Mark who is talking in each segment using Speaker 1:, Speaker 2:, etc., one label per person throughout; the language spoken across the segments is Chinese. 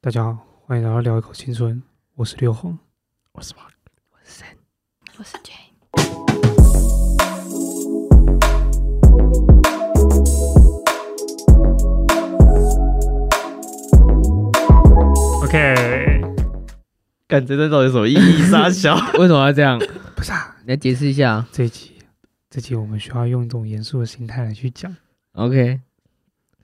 Speaker 1: 大家好，欢迎来到聊一口青春，我是刘红。
Speaker 2: 我是 Mark。
Speaker 3: 我是 Jane。
Speaker 1: OK，
Speaker 2: 感觉这到底什么意义？傻小，
Speaker 4: 为什么要这样？
Speaker 1: 不是啊，
Speaker 4: 来解释一下啊。
Speaker 1: 这一集，这集我们需要用一种严肃的心态来去讲。
Speaker 4: OK，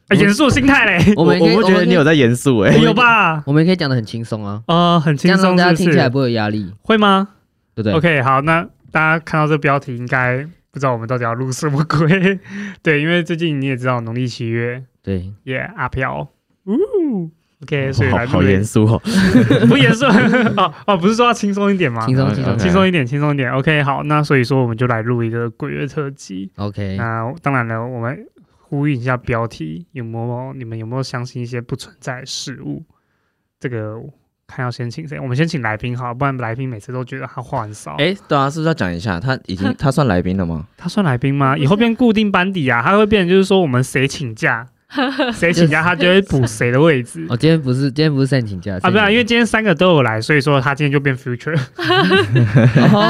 Speaker 1: 啊严肃的心态嘞，
Speaker 4: 我们
Speaker 2: 我
Speaker 4: 可以
Speaker 2: 不觉得你有，在严肃哎
Speaker 1: 没。有吧？
Speaker 4: 我们可以我们可以讲的很轻松啊，
Speaker 1: 呃，很
Speaker 4: 这
Speaker 1: 轻
Speaker 4: 样让
Speaker 1: 松，是不
Speaker 4: 大家听起来
Speaker 1: 是？
Speaker 4: 不会有压力，
Speaker 1: 会吗
Speaker 4: 对不对
Speaker 1: ？OK，好，那大家看到这标题，应该不知道我们到底要录什么鬼。 对，因为最近你也知道农历七月，
Speaker 4: 对，
Speaker 1: 耶、阿飘，呜，OK，所以哎来
Speaker 2: 好
Speaker 1: 录
Speaker 2: 好
Speaker 1: 了
Speaker 2: 严肃哦。
Speaker 1: 不严肃 哦哦，不是说要轻松一点吗？
Speaker 4: 轻松轻
Speaker 2: 嗯
Speaker 4: 松
Speaker 1: 啊轻松一点，轻松一点。OK，好，那所以说我们就来录一个鬼月特辑。
Speaker 4: OK，
Speaker 1: 那当然了，我们呼应一下标题，有没有你们有没有相信一些不存在的事物？这个看要先请谁？我们先请来宾好，不然来宾每次都觉得他话很少。
Speaker 2: 哎，对啊，是不是要讲一下？他已 经他算来宾 了吗？
Speaker 1: 他算来宾吗？以后变固定班底啊，他会变成就是说我们谁请 假，谁请假他就会补谁的位 置。
Speaker 4: 哦，今天不是今天不是善请假
Speaker 1: 啊，不是啊，因为
Speaker 4: 为
Speaker 1: 今天三个都有来，所以说他今天就变 future。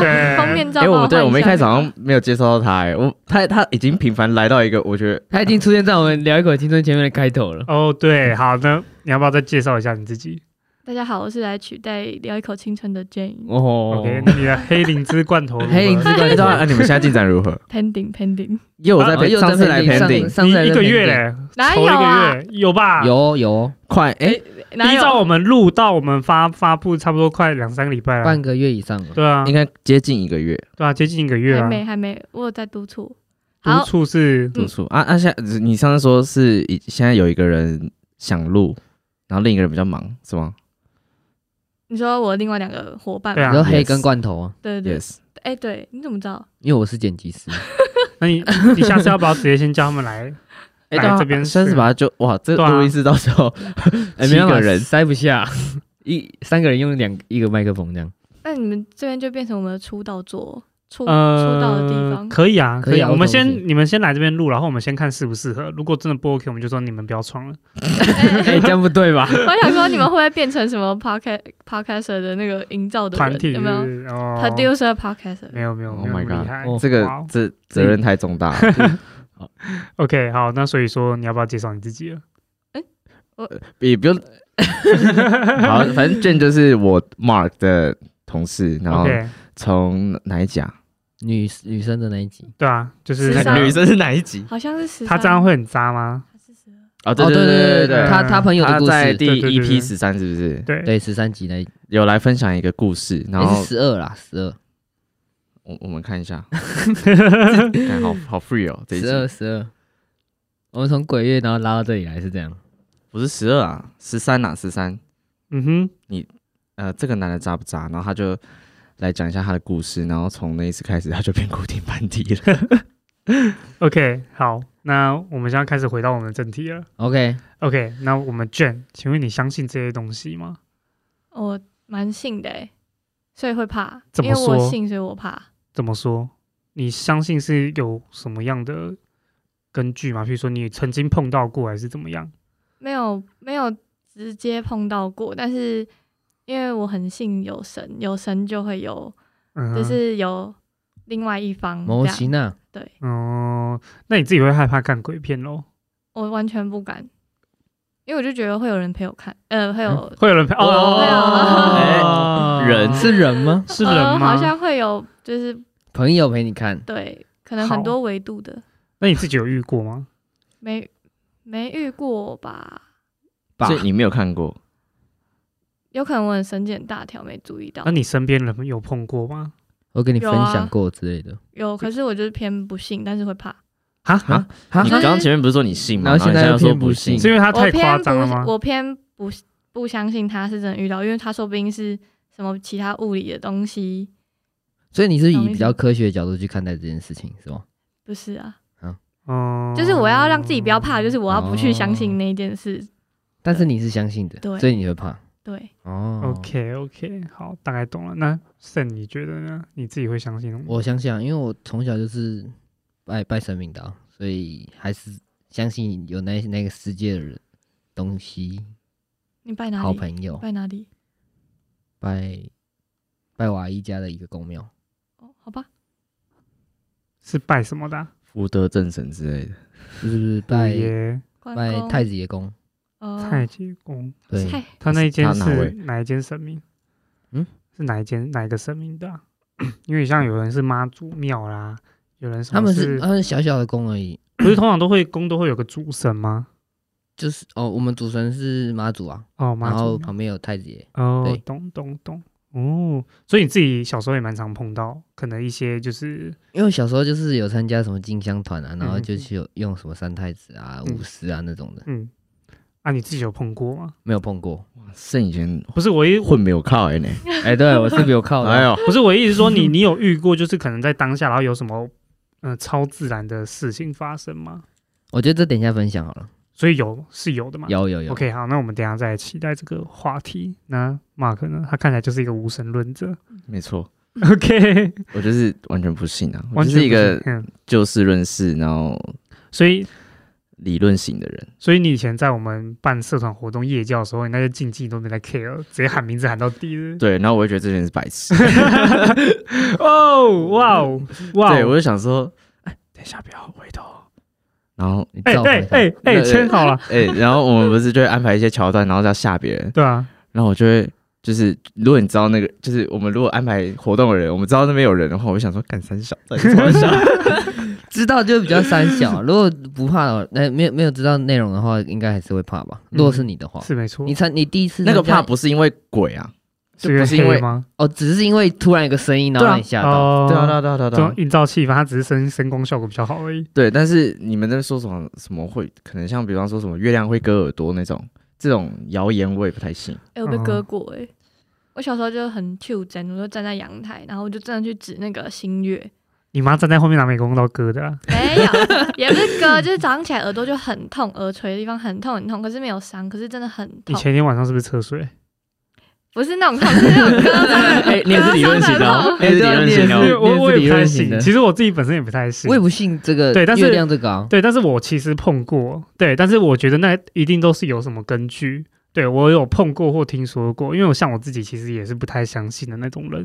Speaker 1: 对，
Speaker 4: 哦
Speaker 3: 封面照
Speaker 2: 哎，
Speaker 3: 帮
Speaker 2: 我
Speaker 3: 啊换一下
Speaker 2: 们对我们一开始好像没有介绍到他哎，我他他已经频繁来到一个，我觉得
Speaker 4: 他已经出现在我们聊一口青春前面的开头了。
Speaker 1: 哦，对，好，那你要不要再介绍一下你自己、
Speaker 3: 大家好，我是来取代聊一口青春的 Jane。
Speaker 2: 哦
Speaker 1: o k 那你的黑灵芝罐 头如何，
Speaker 4: 黑灵芝
Speaker 2: 哎对啊，那你们现在进展 如何？
Speaker 3: Pending pending，
Speaker 2: 又
Speaker 1: 啊在
Speaker 2: 在
Speaker 4: 哦又
Speaker 2: 上次来
Speaker 4: 陪上
Speaker 2: pending，
Speaker 4: 上次来
Speaker 1: 你一个
Speaker 4: 陪
Speaker 1: 月
Speaker 4: pending，
Speaker 1: 嘞，
Speaker 3: 哪
Speaker 1: 头一
Speaker 3: 有啊
Speaker 1: 个？月有吧？。
Speaker 4: 有有
Speaker 2: 快哎，
Speaker 3: 哪
Speaker 1: 依照
Speaker 3: 有？
Speaker 1: 我们录到我们发发布，差不多快两三个礼拜了
Speaker 4: 半。个月以上了。
Speaker 1: 对啊
Speaker 2: 应，该接近一个月
Speaker 1: 对啊，接近一个月
Speaker 3: 还
Speaker 1: 啊。
Speaker 3: 没还没，我有在督促。
Speaker 1: 督
Speaker 3: 好，
Speaker 1: 促是
Speaker 3: 嗯
Speaker 2: 读书啊啊！现在你上次说是已现在有一个人想录，然后另一个人比较忙是吗
Speaker 3: 你说我另外两个伙伴，
Speaker 1: 对啊
Speaker 4: 你说黑
Speaker 2: Yes
Speaker 4: 跟罐头啊，
Speaker 3: 对对对，
Speaker 2: ？Yes，
Speaker 3: 哎，对，你怎么知道？
Speaker 4: 因为我是剪辑师，
Speaker 1: 那 你你下次要不要直接先叫他们来？来
Speaker 2: 哎，对啊
Speaker 1: 这边
Speaker 2: 三十
Speaker 1: 是
Speaker 2: 把它就哇，这
Speaker 1: 对啊
Speaker 2: 录音室到 时候
Speaker 4: 哎
Speaker 2: 七
Speaker 4: 没办
Speaker 2: 个
Speaker 4: 法
Speaker 2: 人
Speaker 4: 塞不下， 一三个人用两一个麦克风这样。
Speaker 3: 那你们这边就变成我们的出道座，哦出出道的地
Speaker 1: 呃，
Speaker 3: 方。
Speaker 1: 可以啊，
Speaker 4: 可
Speaker 1: 以
Speaker 4: 以
Speaker 1: 啊。
Speaker 4: 啊
Speaker 1: 我们
Speaker 4: 为什么不
Speaker 1: 先你们先来这边录，然后我们先看适不适合。如果真的不 OK，我们就说你们不要创了。
Speaker 4: 哎，这样不对吧？
Speaker 3: 我想说，你们会不会变成什么 podcast podcaster 的那个营造的人
Speaker 1: 团体
Speaker 3: 有没有
Speaker 1: 是不是哦，
Speaker 3: producer podcaster？
Speaker 1: 没有没有没
Speaker 2: Oh
Speaker 1: 有
Speaker 2: my
Speaker 1: 那么
Speaker 2: god
Speaker 1: 厉害
Speaker 4: 哦。
Speaker 2: 这
Speaker 1: 哇
Speaker 2: 个
Speaker 1: 哦
Speaker 2: 这责任太重大了。
Speaker 1: OK，好，那所以说你要不要介绍你自己了？
Speaker 2: 也 不用。好，反正卷就是我 Mark 的同事，然后
Speaker 1: OK，
Speaker 2: 从哪一集啊？
Speaker 4: 女女生的那一集，
Speaker 1: 对啊，就是
Speaker 3: 时
Speaker 1: 那
Speaker 3: 尚
Speaker 1: 个
Speaker 2: 女生是哪一集？
Speaker 3: 好像是十
Speaker 1: 他
Speaker 3: 三。
Speaker 1: 这样会很渣吗？
Speaker 2: 哦，
Speaker 4: 哦，对
Speaker 2: 对
Speaker 4: 对
Speaker 1: 对
Speaker 4: 他他朋友的
Speaker 2: 他
Speaker 4: 故
Speaker 2: 在
Speaker 4: 事，
Speaker 2: 第
Speaker 1: 对对对对
Speaker 2: EP 十三是不是
Speaker 1: 对，
Speaker 4: 对十三集那一集，
Speaker 2: 有来分享一个故事？然
Speaker 4: 也是
Speaker 2: 后
Speaker 4: 十二啦，十二
Speaker 2: 我我们看一 下，看好好 free 哦，这一集
Speaker 4: 十二十二，我们从鬼月然后拉到这里来是这样，
Speaker 2: 不是十二啊，十三啊，十三。
Speaker 1: 嗯哼，
Speaker 2: 呃，这个男的渣不渣？然后他就来讲一下他的故事，然后从那一次开始他就变固定班底了。
Speaker 1: OK，好，那我们现在开始回到我们的正题了。
Speaker 3: 嗯
Speaker 4: OK，
Speaker 1: OK，那我们卷，请问你相信这些东西吗？
Speaker 3: 我哦蛮信的、欸，所以会怕。
Speaker 1: 怎么
Speaker 3: 因为我
Speaker 1: 说
Speaker 3: 信，所以我怕。
Speaker 1: 怎么说？你相信是有什么样的根据吗？比如说你曾经碰到过，还是怎么样？
Speaker 3: 没有没有直接碰到过，但是因为我很信有神，有神就会有，
Speaker 1: 嗯哼，
Speaker 3: 就是有另外一方
Speaker 4: 模
Speaker 3: 这样。
Speaker 4: 型啊，
Speaker 1: 哦、那你自己会害怕看鬼片咯？
Speaker 3: 我完全不敢，因为我就觉得会有人陪我看，呃，会有、啊
Speaker 1: 会有人陪哦
Speaker 2: 哦
Speaker 1: 哦，
Speaker 2: 人
Speaker 4: 是人 吗？
Speaker 1: 是人
Speaker 3: 呃，
Speaker 1: 吗？
Speaker 3: 好像会有，就是
Speaker 4: 朋友陪你看，
Speaker 3: 对，可能很多维度的，
Speaker 1: 那你自己有遇过吗？
Speaker 3: 没没遇过吧？
Speaker 4: 吧
Speaker 2: 所以你没有看过，
Speaker 3: 有可能我很神经很大条，没注意到
Speaker 1: 那。你身边人有碰过吗？
Speaker 4: 我跟你分
Speaker 3: 有啊
Speaker 4: 享过之类的，
Speaker 3: 有，可是我就是偏不信，但是会怕。
Speaker 1: 啊
Speaker 2: 啊
Speaker 1: 啊！
Speaker 2: 你
Speaker 3: 就是
Speaker 2: 刚刚前面不是说你信吗？
Speaker 4: 然后现在
Speaker 2: 又
Speaker 4: 又
Speaker 2: 说
Speaker 4: 偏不
Speaker 2: 信
Speaker 4: 信，
Speaker 1: 是因为他
Speaker 3: 我
Speaker 1: 太夸
Speaker 3: 偏
Speaker 1: 张了吗
Speaker 3: 不，？我偏不不相信他是真的遇到，因为他说不定是什么其他物理的东西，
Speaker 4: 所以你是
Speaker 3: 懂意
Speaker 4: 以
Speaker 3: 思
Speaker 4: 比较科学的角度去看待这件事情是吗？
Speaker 3: 不是啊？
Speaker 1: 哦，
Speaker 3: 就是我要让自己不要怕，就是我要不去相信那一件事。
Speaker 4: 但是你是相信的，
Speaker 3: 对
Speaker 4: 所以你会怕
Speaker 3: 对，
Speaker 4: 哦。
Speaker 1: OK OK，好，大概懂了。那 Sam 你觉得呢？你自己会相信吗？
Speaker 4: 我想想，因为我从小就是拜拜神明的啊、所以还是相信有那那个世界的人东西。
Speaker 3: 你拜哪里？
Speaker 4: 好朋友，
Speaker 3: 拜哪里？
Speaker 4: 拜拜瓦伊家的一个公庙，
Speaker 3: 哦，好吧，
Speaker 1: 是拜什么的啊？
Speaker 2: 福德正神之类的。
Speaker 4: 不是不是拜
Speaker 1: 爷
Speaker 3: 关
Speaker 4: 拜
Speaker 3: 公
Speaker 4: 太子爷公，
Speaker 3: 哦
Speaker 1: 太极宫。
Speaker 4: 对，
Speaker 3: 太
Speaker 1: 他那一间
Speaker 2: 他哪
Speaker 1: 是
Speaker 2: 位
Speaker 1: 哪一间神明？
Speaker 2: 嗯，
Speaker 1: 是哪一间哪一个神明的啊、 因为像有人是妈祖庙啦，有人什么
Speaker 4: 他们
Speaker 1: 是
Speaker 4: 是他呃们是小小的宫而已，
Speaker 1: 不是通常都会宫都会有个主神吗？
Speaker 4: 就是哦，我们主神是妈祖啊，
Speaker 1: 哦，妈
Speaker 4: 然后
Speaker 1: 祖庙
Speaker 4: 旁边有太子爷，
Speaker 1: 哦
Speaker 4: 对，
Speaker 1: 懂懂懂哦，所以你自己小时候也蛮常碰到，可能一些就是
Speaker 4: 因为小时候就是有参加什么进香团啊，然后
Speaker 1: 嗯
Speaker 4: 就去有用什么三太子啊、
Speaker 1: 嗯
Speaker 4: 舞狮啊那种的，
Speaker 1: 嗯，啊，你自己有碰过吗？
Speaker 4: 没有碰过。
Speaker 2: 剩以前
Speaker 1: 不是我一
Speaker 2: 混没有靠哎呢，
Speaker 4: 哎，对我是没有靠的
Speaker 2: 哎
Speaker 4: 啊，
Speaker 2: 呦，
Speaker 1: 不是我意思是说你你有遇过就是可能在当下然后有什么嗯、呃超自然的事情发生吗？
Speaker 4: 我觉得这等一下分享好了。
Speaker 1: 所以有是有的嘛，
Speaker 4: 有有有，
Speaker 1: OK，好，那我们等一下再来期待这个话题。那 Mark 呢？他看起来就是一个无神论者。
Speaker 2: 没错，
Speaker 1: OK，
Speaker 2: 我就是完全不信啊，我
Speaker 1: 完
Speaker 2: 就
Speaker 1: 全
Speaker 2: 是一
Speaker 1: 不
Speaker 2: 个
Speaker 1: 嗯。
Speaker 2: 就事论事，然后
Speaker 1: 所以，
Speaker 2: 理论型的人。
Speaker 1: 所以你以前在我们办社团活动夜教的时候，你那些禁忌都没在 care，直接喊名字喊到底是
Speaker 2: 对，然后我就觉得这些人是白痴。
Speaker 1: 哦，哇哦，哇
Speaker 2: 对，我
Speaker 1: 哦！
Speaker 2: 就想说，哎，等一下不要回头。然后，
Speaker 4: 你
Speaker 1: 哎
Speaker 4: 照
Speaker 1: 哎
Speaker 4: 回头
Speaker 1: 哎哎，
Speaker 2: 对
Speaker 1: 签好了，
Speaker 2: 哎，然后我们不是就会安排一些桥段，然后要吓别人。
Speaker 1: 对啊，
Speaker 2: 然后我就会就是，如果你知道那个，就是我们如果安排活动的人，我们知道那边有人的话，我就想说干三小，干三小，
Speaker 4: 知道就比较三小，如果不怕的话，那没有没有知道内容的话，应该还是会怕吧。如果是你的
Speaker 2: 哦
Speaker 4: 话，
Speaker 1: 是没错
Speaker 4: 你。参你第一次
Speaker 2: 那个
Speaker 4: 参加
Speaker 2: 怕不是因为鬼啊，
Speaker 1: 是因
Speaker 2: 就不是因为
Speaker 1: 黑吗？
Speaker 4: 哦，只是因为突然有个声音，然后
Speaker 2: 对啊
Speaker 4: 让你吓到。
Speaker 1: 哦，
Speaker 2: 对啊对啊对啊对啊对
Speaker 1: 这种
Speaker 2: 啊，
Speaker 1: 营造气氛，它只是声声光效果比较好而已。
Speaker 2: 对。但是你们在说什么什么会，可能像比方说什么月亮会割耳朵那种，这种谣言我也不太信。
Speaker 3: 哎、我被
Speaker 1: 嗯
Speaker 3: 割过哎、我小时候就很求真，我就站在阳台，然后我就真的去指那个 新月，
Speaker 1: 你妈站在后面拿美工刀割的啊，
Speaker 3: 没有，也不是割，就是早上起来耳朵就很痛，耳垂的地方很痛很痛，可是没有伤，可是真的很
Speaker 1: 你
Speaker 3: 痛，
Speaker 1: 前一天晚上是不是侧睡？
Speaker 3: 不是那种痛，是那种割
Speaker 1: 啊
Speaker 3: 伤的。
Speaker 2: 哎，你也是理论型的哦，你
Speaker 4: 哎
Speaker 2: 也是
Speaker 4: 对啊
Speaker 2: 理论型的
Speaker 4: 你也
Speaker 2: 哦。
Speaker 4: 是
Speaker 1: 哦我我也不太
Speaker 4: 理论型
Speaker 1: 信，
Speaker 4: 的
Speaker 1: 其实我自己本身也不太信
Speaker 4: 我也。不信这个
Speaker 1: 对但是
Speaker 4: 月亮这个啊，
Speaker 1: 对，但是我其实碰过，对，但是我觉得那一定都是有什么根据。对我有碰过或听说过，因为我像我自己其实也是不太相信的那种人，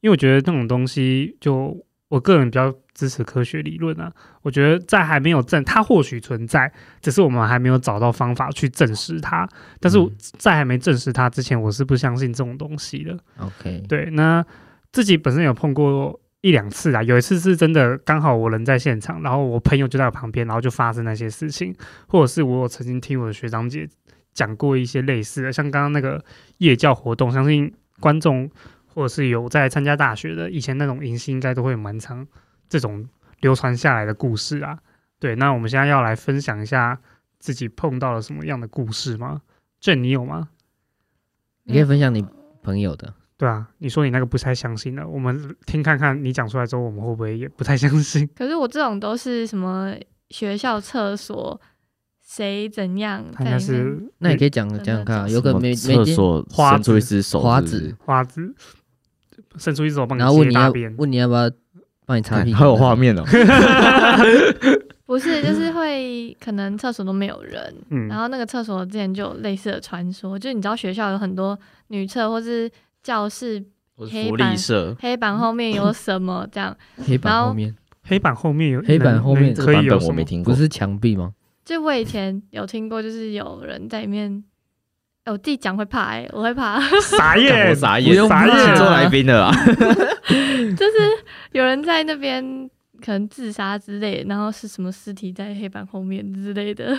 Speaker 1: 因为我觉得那种东西就我个人比较支持科学理论啊。我觉得在还没有证，它或许存在，只是我们还没有找到方法去证实它。但是我
Speaker 4: 嗯
Speaker 1: 在还没证实它之前，我是不相信这种东西的。
Speaker 4: OK，
Speaker 1: 对，那自己本身有碰过一两次啊，有一次是真的刚好我人在现场，然后我朋友就在我旁边，然后就发生那些事情，或者是我有曾经听我的学长姐讲过一些类似的，像刚刚那个夜教活动，相信观众或者是有在参加大学的以前那种迎新，应该都会蛮长这种流传下来的故事啊。对，那我们现在要来分享一下自己碰到了什么样的故事吗？这你有吗？
Speaker 4: 你可以分享你朋友的。
Speaker 1: 对啊，你说你那个不太相信了，我们听看看你讲出来之后，我们会不会也不太相信？
Speaker 3: 可是我这种都是什么学校厕所谁怎样
Speaker 1: 他
Speaker 3: 在
Speaker 1: 应该
Speaker 3: 里面，
Speaker 1: 是
Speaker 4: 那你可以讲讲看啊，有可能没没
Speaker 2: 厕
Speaker 4: 见，
Speaker 2: 所
Speaker 1: 花
Speaker 2: 伸出一
Speaker 1: 子
Speaker 2: 只手，
Speaker 4: 花
Speaker 2: 是不是
Speaker 4: 子
Speaker 1: 花枝伸出一只手帮
Speaker 4: 然后
Speaker 1: 你
Speaker 4: 问
Speaker 1: 接
Speaker 4: 你
Speaker 1: 大
Speaker 4: 要
Speaker 1: 便，
Speaker 4: 问你要不要帮你擦
Speaker 2: 看
Speaker 4: 屁股，
Speaker 2: 好有画。面哦。
Speaker 3: 不是就是会可能厕所都没有人，然
Speaker 1: 嗯，
Speaker 3: 后那个厕所之前就有类似的传说，就是你知道学校有很多女厕或是教室
Speaker 2: 我
Speaker 3: 是黑
Speaker 2: 是
Speaker 3: 福
Speaker 2: 福
Speaker 3: 利
Speaker 2: 利
Speaker 3: 板
Speaker 2: 社，
Speaker 3: 黑板后面有什么这样，
Speaker 4: 黑板
Speaker 3: 然后
Speaker 4: 后面
Speaker 1: 黑板后面有
Speaker 4: 黑板
Speaker 1: 能
Speaker 4: 后面
Speaker 1: 能
Speaker 4: 这
Speaker 2: 这
Speaker 1: 可
Speaker 2: 个
Speaker 1: 以
Speaker 2: 版
Speaker 1: 有
Speaker 2: 本
Speaker 1: 什
Speaker 2: 我
Speaker 1: 么
Speaker 2: 没？听过
Speaker 4: 不。是墙壁吗？
Speaker 3: 就我以前有听过，就是有人在里面，哎我自己讲会怕、欸，我 会怕，
Speaker 1: 傻
Speaker 2: 干
Speaker 1: 眼
Speaker 2: 我，傻眼，
Speaker 1: 我傻眼
Speaker 2: 请做来宾的啊啦。
Speaker 3: 就是有人在那边可能自杀之类，然后是什么尸体在黑板后面之类的，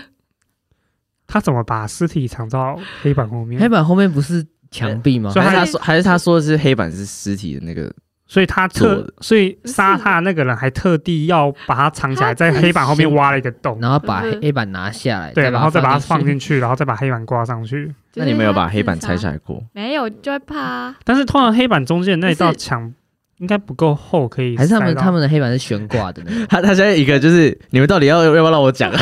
Speaker 1: 他怎么把尸体藏到黑板后
Speaker 4: 黑
Speaker 1: 面？
Speaker 4: 板后面不是墙壁吗
Speaker 1: 所？以
Speaker 2: 还是
Speaker 1: 他
Speaker 2: 他说，还是他说的是黑板是尸体的那个
Speaker 1: 所以他
Speaker 2: 做
Speaker 1: 特
Speaker 2: 的，
Speaker 1: 所以杀他的那个人还特地要把它藏起来，在黑板后面挖了一个洞，
Speaker 4: 然后把
Speaker 3: 不是
Speaker 4: 黑板拿下来，
Speaker 1: 对，然后再把它
Speaker 4: 放
Speaker 1: 放
Speaker 4: 进
Speaker 1: 进
Speaker 4: 去。
Speaker 1: 去，然后再把黑板挂上去。
Speaker 3: 就
Speaker 2: 那
Speaker 3: 是
Speaker 2: 你没有把
Speaker 3: 他
Speaker 2: 黑板
Speaker 3: 自
Speaker 2: 拆
Speaker 3: 杀
Speaker 2: 下？来过？
Speaker 3: 没有，就会怕、啊。
Speaker 1: 但是通常黑板中间的那一道
Speaker 3: 不是
Speaker 1: 墙应该不够厚，可以
Speaker 4: 还是他们
Speaker 1: 塞到
Speaker 4: 他们的黑板是悬挂的那种，
Speaker 2: 他他现在一个就是，你们到底要要不要让我讲 啊？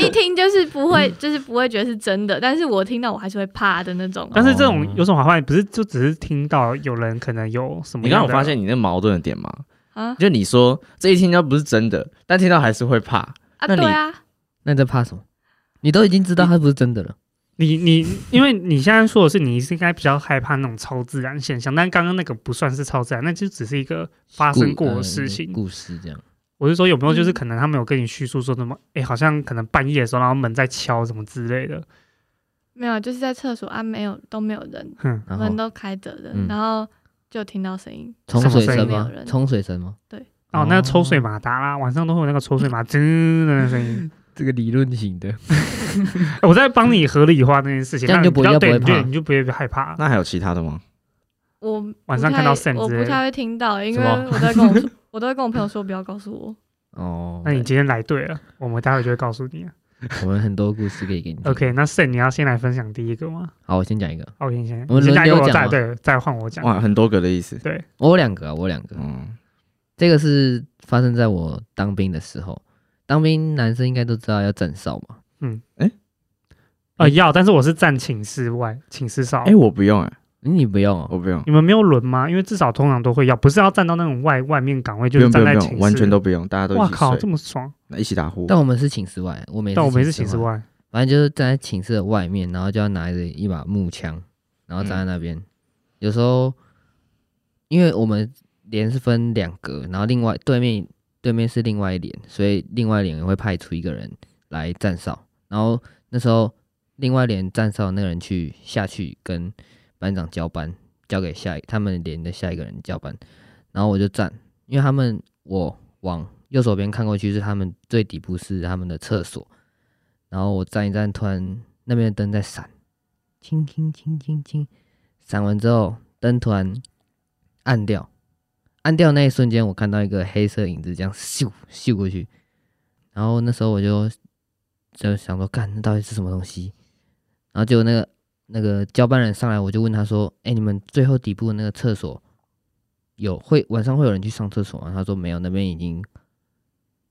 Speaker 3: 一听就是不 会，就是不会觉得是真的，但是我听到我还是会怕的那种。啊
Speaker 1: 但是这种
Speaker 4: 哦
Speaker 1: 有什么好坏？不是就只是听到有人可能有什么
Speaker 2: 你刚
Speaker 1: 样
Speaker 2: 刚
Speaker 1: 的？
Speaker 2: 有发现你那矛盾的点吗？
Speaker 3: 啊
Speaker 2: 就你说这一听到不是真的，但听到还是会怕。
Speaker 3: 啊，
Speaker 2: 那你
Speaker 3: 对啊，
Speaker 4: 那你在怕什么？你都已经知道它不是真的了，
Speaker 1: 你你，因为你现在说的是你是应该比较害怕那种超自然现象，但刚刚那个不算是超自然，那就只是一个发生过的事情
Speaker 4: 故。呃故事这样。
Speaker 1: 我是说有没有就是
Speaker 3: 嗯
Speaker 1: 可能他们有跟你叙述说什么，哎、好像可能半夜的时候，然后门在敲什么之类的，
Speaker 3: 没有，就是在厕所啊，没有都没有人，
Speaker 1: 哼，
Speaker 4: 然
Speaker 3: 门
Speaker 4: 后
Speaker 3: 都开着的，
Speaker 4: 嗯
Speaker 3: 然后就听到声音，
Speaker 4: 冲
Speaker 1: 什么
Speaker 4: 水
Speaker 1: 声
Speaker 4: 声
Speaker 1: 音
Speaker 4: 吗
Speaker 3: 没有？人
Speaker 4: 冲水声吗？
Speaker 1: 哦，那个抽水马达啦，晚上都会有那个抽水马吱的声音。
Speaker 4: 这个理论型的，
Speaker 1: 我在帮你合理化那件事情，
Speaker 4: 这样
Speaker 1: 那
Speaker 4: 就
Speaker 1: 你
Speaker 4: 不
Speaker 1: 比较
Speaker 4: 要不
Speaker 1: 对
Speaker 4: 会
Speaker 1: 你就
Speaker 4: 怕
Speaker 1: 你就不会害怕。
Speaker 2: 那还有其他的吗？
Speaker 3: 我不
Speaker 1: 晚上
Speaker 3: 太
Speaker 1: 看到 Sam
Speaker 3: 我
Speaker 1: 之类
Speaker 3: 不
Speaker 1: 的
Speaker 3: 太会听到，因
Speaker 2: 什
Speaker 3: 为
Speaker 2: 么
Speaker 3: 我都会跟 我说我都会跟我朋友说不要告诉我。
Speaker 4: 哦，
Speaker 1: 那你今天来对了，我们待会就会告诉你啊。
Speaker 4: 我们很多故事可以给你听。
Speaker 1: OK，那 Sam 你要先来分享第一个吗？
Speaker 4: 好，我先讲一个，
Speaker 1: 哦，我先先，
Speaker 4: 我们
Speaker 1: 你先
Speaker 4: 轮
Speaker 1: 来一个
Speaker 4: 流
Speaker 1: 我
Speaker 4: 讲啊
Speaker 1: 再
Speaker 4: 吗
Speaker 1: 对再换我讲。
Speaker 2: 哇，很多个的意思。
Speaker 1: 对，
Speaker 4: 我有两个啊，我有两个。
Speaker 2: 嗯，
Speaker 4: 这个是发生在我当兵的时候，当兵男生应该都知道要站哨嘛。
Speaker 1: 呃，要，但是我是站寝室外，寝室哨。
Speaker 2: 哎，我不用，哎，
Speaker 4: 嗯你不用哦，
Speaker 2: 我不用，
Speaker 1: 你们没有轮吗？因为至少通常都会要，不是要站到那种外外面岗位，
Speaker 2: 不
Speaker 1: 就是
Speaker 2: 用不
Speaker 1: 站在
Speaker 2: 用不
Speaker 1: 寝室。
Speaker 2: 用，完全都不用，大家都
Speaker 1: 哇
Speaker 2: 一起
Speaker 1: 靠，这
Speaker 2: 睡，
Speaker 1: 么爽！
Speaker 2: 那一起打呼。
Speaker 4: 但我们是寝室外，我们也
Speaker 1: 但我们是寝
Speaker 4: 室
Speaker 1: 室，外，
Speaker 4: 反正就是站在寝室的外面，然后就要拿着一把木枪，然后站在那边。有时候，因为我们连是分两格，然后另外对面对面是另外一连，所以另外一连也会派出一个人来站哨。然后那时候另外一连站哨的那个人去下去跟班长交班，交给下一他们连的下一个人交班。然后我就站，因为他们我往右手边看过去是他们最底部是他们的厕所，然后我站一站，突然那边的灯在闪，轻轻轻轻轻，闪完之后灯突然暗掉，暗掉那一瞬间，我看到一个黑色影子这样咻咻过去，然后那时候我就就想说，干，那到底是什么东西？然后结果那个那个交班人上来，我就问他说，哎、你们最后底部的那个厕所有会晚上会有人去上厕所吗？他说没有，那边已经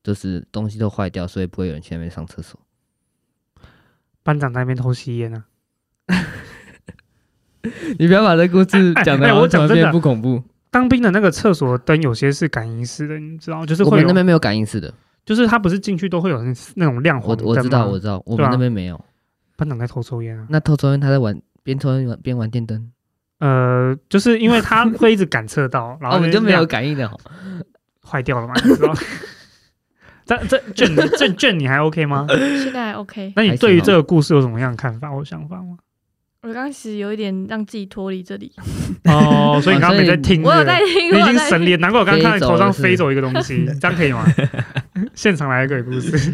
Speaker 4: 就是东西都坏掉，所以不会有人去那边上厕所。
Speaker 1: 班长在那边偷吸烟啊。
Speaker 4: 你不要把这故事
Speaker 1: 讲得哎哎好像我讲突然真的变不
Speaker 4: 恐怖。
Speaker 1: 当兵的那个厕所灯有些是感应式的，你知道，就是
Speaker 4: 我
Speaker 1: 会
Speaker 4: 们那
Speaker 1: 有，
Speaker 4: 边没有感应式的，
Speaker 1: 就是他不是进去都会有那种亮
Speaker 4: 我
Speaker 1: 黄灯
Speaker 4: 我知道
Speaker 1: 哦吗
Speaker 4: 我知道，我
Speaker 1: 对
Speaker 4: 们
Speaker 1: 啊
Speaker 4: 那边没有。
Speaker 1: 班长在偷抽烟啊。
Speaker 4: 那偷抽烟他在玩，边抽烟玩边玩电灯，
Speaker 1: 呃，就是因为他会一直感测 到，然
Speaker 4: 哦，
Speaker 1: 后
Speaker 4: 我们就没有
Speaker 1: 亮
Speaker 4: 感应的好。
Speaker 1: 坏掉了嘛，你知道。但这卷你这卷你还 OK 吗？
Speaker 3: 现在还 OK，
Speaker 1: 那你
Speaker 4: 还
Speaker 1: 对于
Speaker 4: 行哦
Speaker 1: 这个故事有什么样的看法或想法吗？
Speaker 3: 我刚刚其实有一点让自己脱离这里，
Speaker 1: 哦，所以你刚刚没在听，
Speaker 3: 我有
Speaker 1: 对
Speaker 3: 在
Speaker 1: 不对，
Speaker 3: 听，
Speaker 1: 你
Speaker 3: 我
Speaker 1: 已
Speaker 3: 有
Speaker 1: 经
Speaker 3: 在
Speaker 1: 神
Speaker 3: 听。
Speaker 1: 连，难怪我刚刚看到你头上飞
Speaker 4: 飞
Speaker 1: 走一个东西，这样可以吗？ 现场来一个鬼故事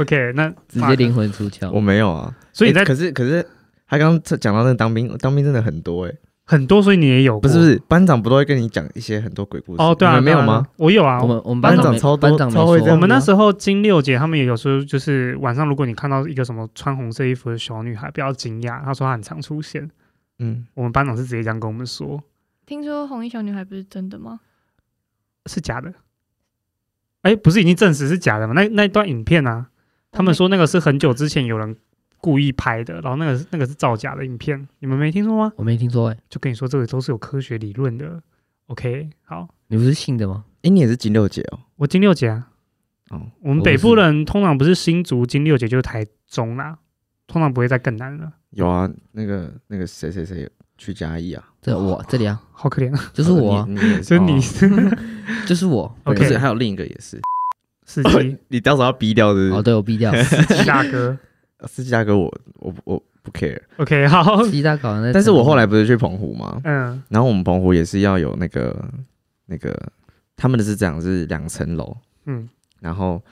Speaker 1: ，OK，那
Speaker 4: 直接灵魂出窍
Speaker 2: 我。没有啊，
Speaker 1: 所以你
Speaker 2: 欸
Speaker 1: 在
Speaker 2: 可是可是他刚刚讲到那个当兵，当兵真的很多哎，
Speaker 1: 很多，所以你也有过，
Speaker 2: 不是不是，班长不都会跟你讲一些很多鬼故事？
Speaker 1: 哦，对啊，
Speaker 2: 你们没
Speaker 1: 对
Speaker 2: 有
Speaker 1: 啊
Speaker 2: 吗？？
Speaker 1: 我有啊，
Speaker 4: 我
Speaker 1: 我
Speaker 4: 们我们
Speaker 2: 班
Speaker 4: 班长
Speaker 2: 长
Speaker 4: 没
Speaker 2: 超多
Speaker 4: 班长没
Speaker 2: 超会这
Speaker 4: 说
Speaker 2: 样
Speaker 1: 们那时候金六姐他们也有时候就是晚上，如果你看到一个什么穿红色衣服的小女孩，不要惊讶，她说她很常出现。
Speaker 2: 嗯，
Speaker 1: 我们班长是直接这样跟我们说，
Speaker 3: 听说红衣小女孩不是真的吗？
Speaker 1: 是假的。哎，不是已经证实是假的吗？那那一段影片啊，他们说那个是很久之前有人故意拍的，然后那个是那个是造假的影片，你们没听说吗？
Speaker 4: 我没听说哎，
Speaker 1: 就跟你说，这个都是有科学理论的。OK，好，
Speaker 4: 你不是信的吗？
Speaker 2: 哎，你也是金六姐哦，
Speaker 1: 我金六姐啊，
Speaker 2: 哦，
Speaker 1: 我们
Speaker 4: 我不
Speaker 1: 北部
Speaker 4: 是
Speaker 1: 人通常不是新竹金六姐就是台中啦，通常不会再更南了，
Speaker 2: 有啊，那个那个谁谁谁去嘉义啊，哦
Speaker 4: 这我这里啊，
Speaker 1: 好可怜啊，
Speaker 4: 就是我啊，
Speaker 2: 你你 也
Speaker 1: 就是 你
Speaker 2: 哦
Speaker 4: 就是我。
Speaker 2: 不是
Speaker 1: OK
Speaker 2: 还有另一个也是，
Speaker 1: 司机
Speaker 2: 你到时候要逼掉是不
Speaker 4: 哦，
Speaker 2: 啊是？
Speaker 4: 对我毙掉。
Speaker 1: 司机大哥。
Speaker 2: 司机大哥，我我我不 care，
Speaker 1: OK，好，
Speaker 4: 鸡大搞那，
Speaker 2: 但是我后来不是去澎湖吗？
Speaker 1: 嗯，
Speaker 2: 然后我们澎湖也是要有那个那个，他们的是这样，是两层楼，
Speaker 1: 嗯，
Speaker 2: 然后